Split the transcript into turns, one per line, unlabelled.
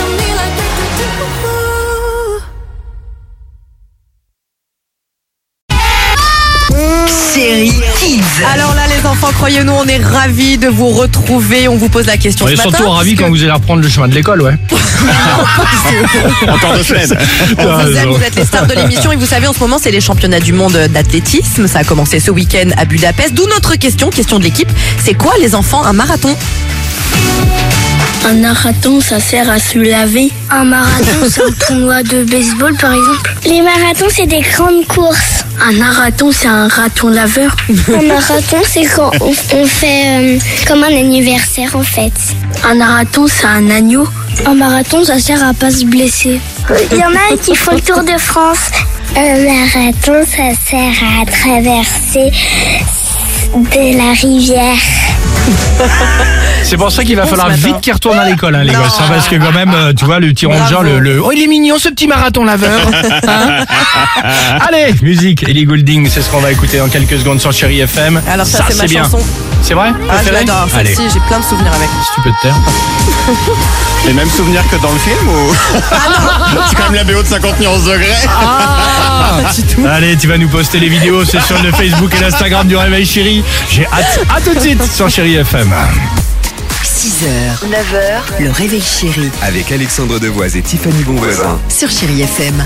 on me like we could do.
Chérie Kids.
Alors là, les enfants, croyez-nous, on est ravis de vous retrouver. On vous pose la question
On est
ce matin.
surtout ravis quand
puisque
vous allez reprendre le chemin de l'école, ouais.
Encore deux semaines.
on vous, aime,
Ah,
vous êtes les stars de l'émission et vous savez en ce moment c'est les championnats du monde d'athlétisme. Ça a commencé ce week-end à Budapest. D'où notre question, question de l'équipe. C'est quoi les enfants un marathon
Un marathon, ça sert à se laver.
Un marathon, c'est un tournoi de baseball, par exemple.
Les marathons, c'est des grandes courses.
Un marathon, c'est un raton laveur.
Un marathon, c'est quand on, on fait euh, comme un anniversaire, en fait.
Un marathon, c'est un agneau.
Un marathon, ça sert à pas se blesser. Il y en a qui font le Tour de France. Un marathon, ça sert à traverser de la rivière.
C'est pour ça qu'il va falloir
ce matin.
vite qu'ils retournent à l'école, hein, les gosses. hein, parce que quand même, euh, tu vois, le petit rongeur, le, le- Oh, il est mignon ce petit marathon laveur. Hein allez, musique, Ellie Goulding, c'est ce qu'on va écouter dans quelques secondes sur Chéri FM.
Alors ça, c'est ma
bien.
chanson.
C'est vrai
Ah, je
Préférée
l'adore.
Allez,
Celle-ci, j'ai plein de souvenirs avec.
si tu peux te taire.
Les mêmes souvenirs que dans le film ou C'est quand même la BO de 50 nuances degrés.
Allez, tu vas nous poster les vidéos, c'est sur le Facebook et l'Instagram du Réveil Chéri. J'ai hâte. À tout de suite sur Chéri FM.
6h, 9h, le réveil chéri
Avec Alexandre Devoise et Tiffany Bonvoisin.
sur Chérie FM.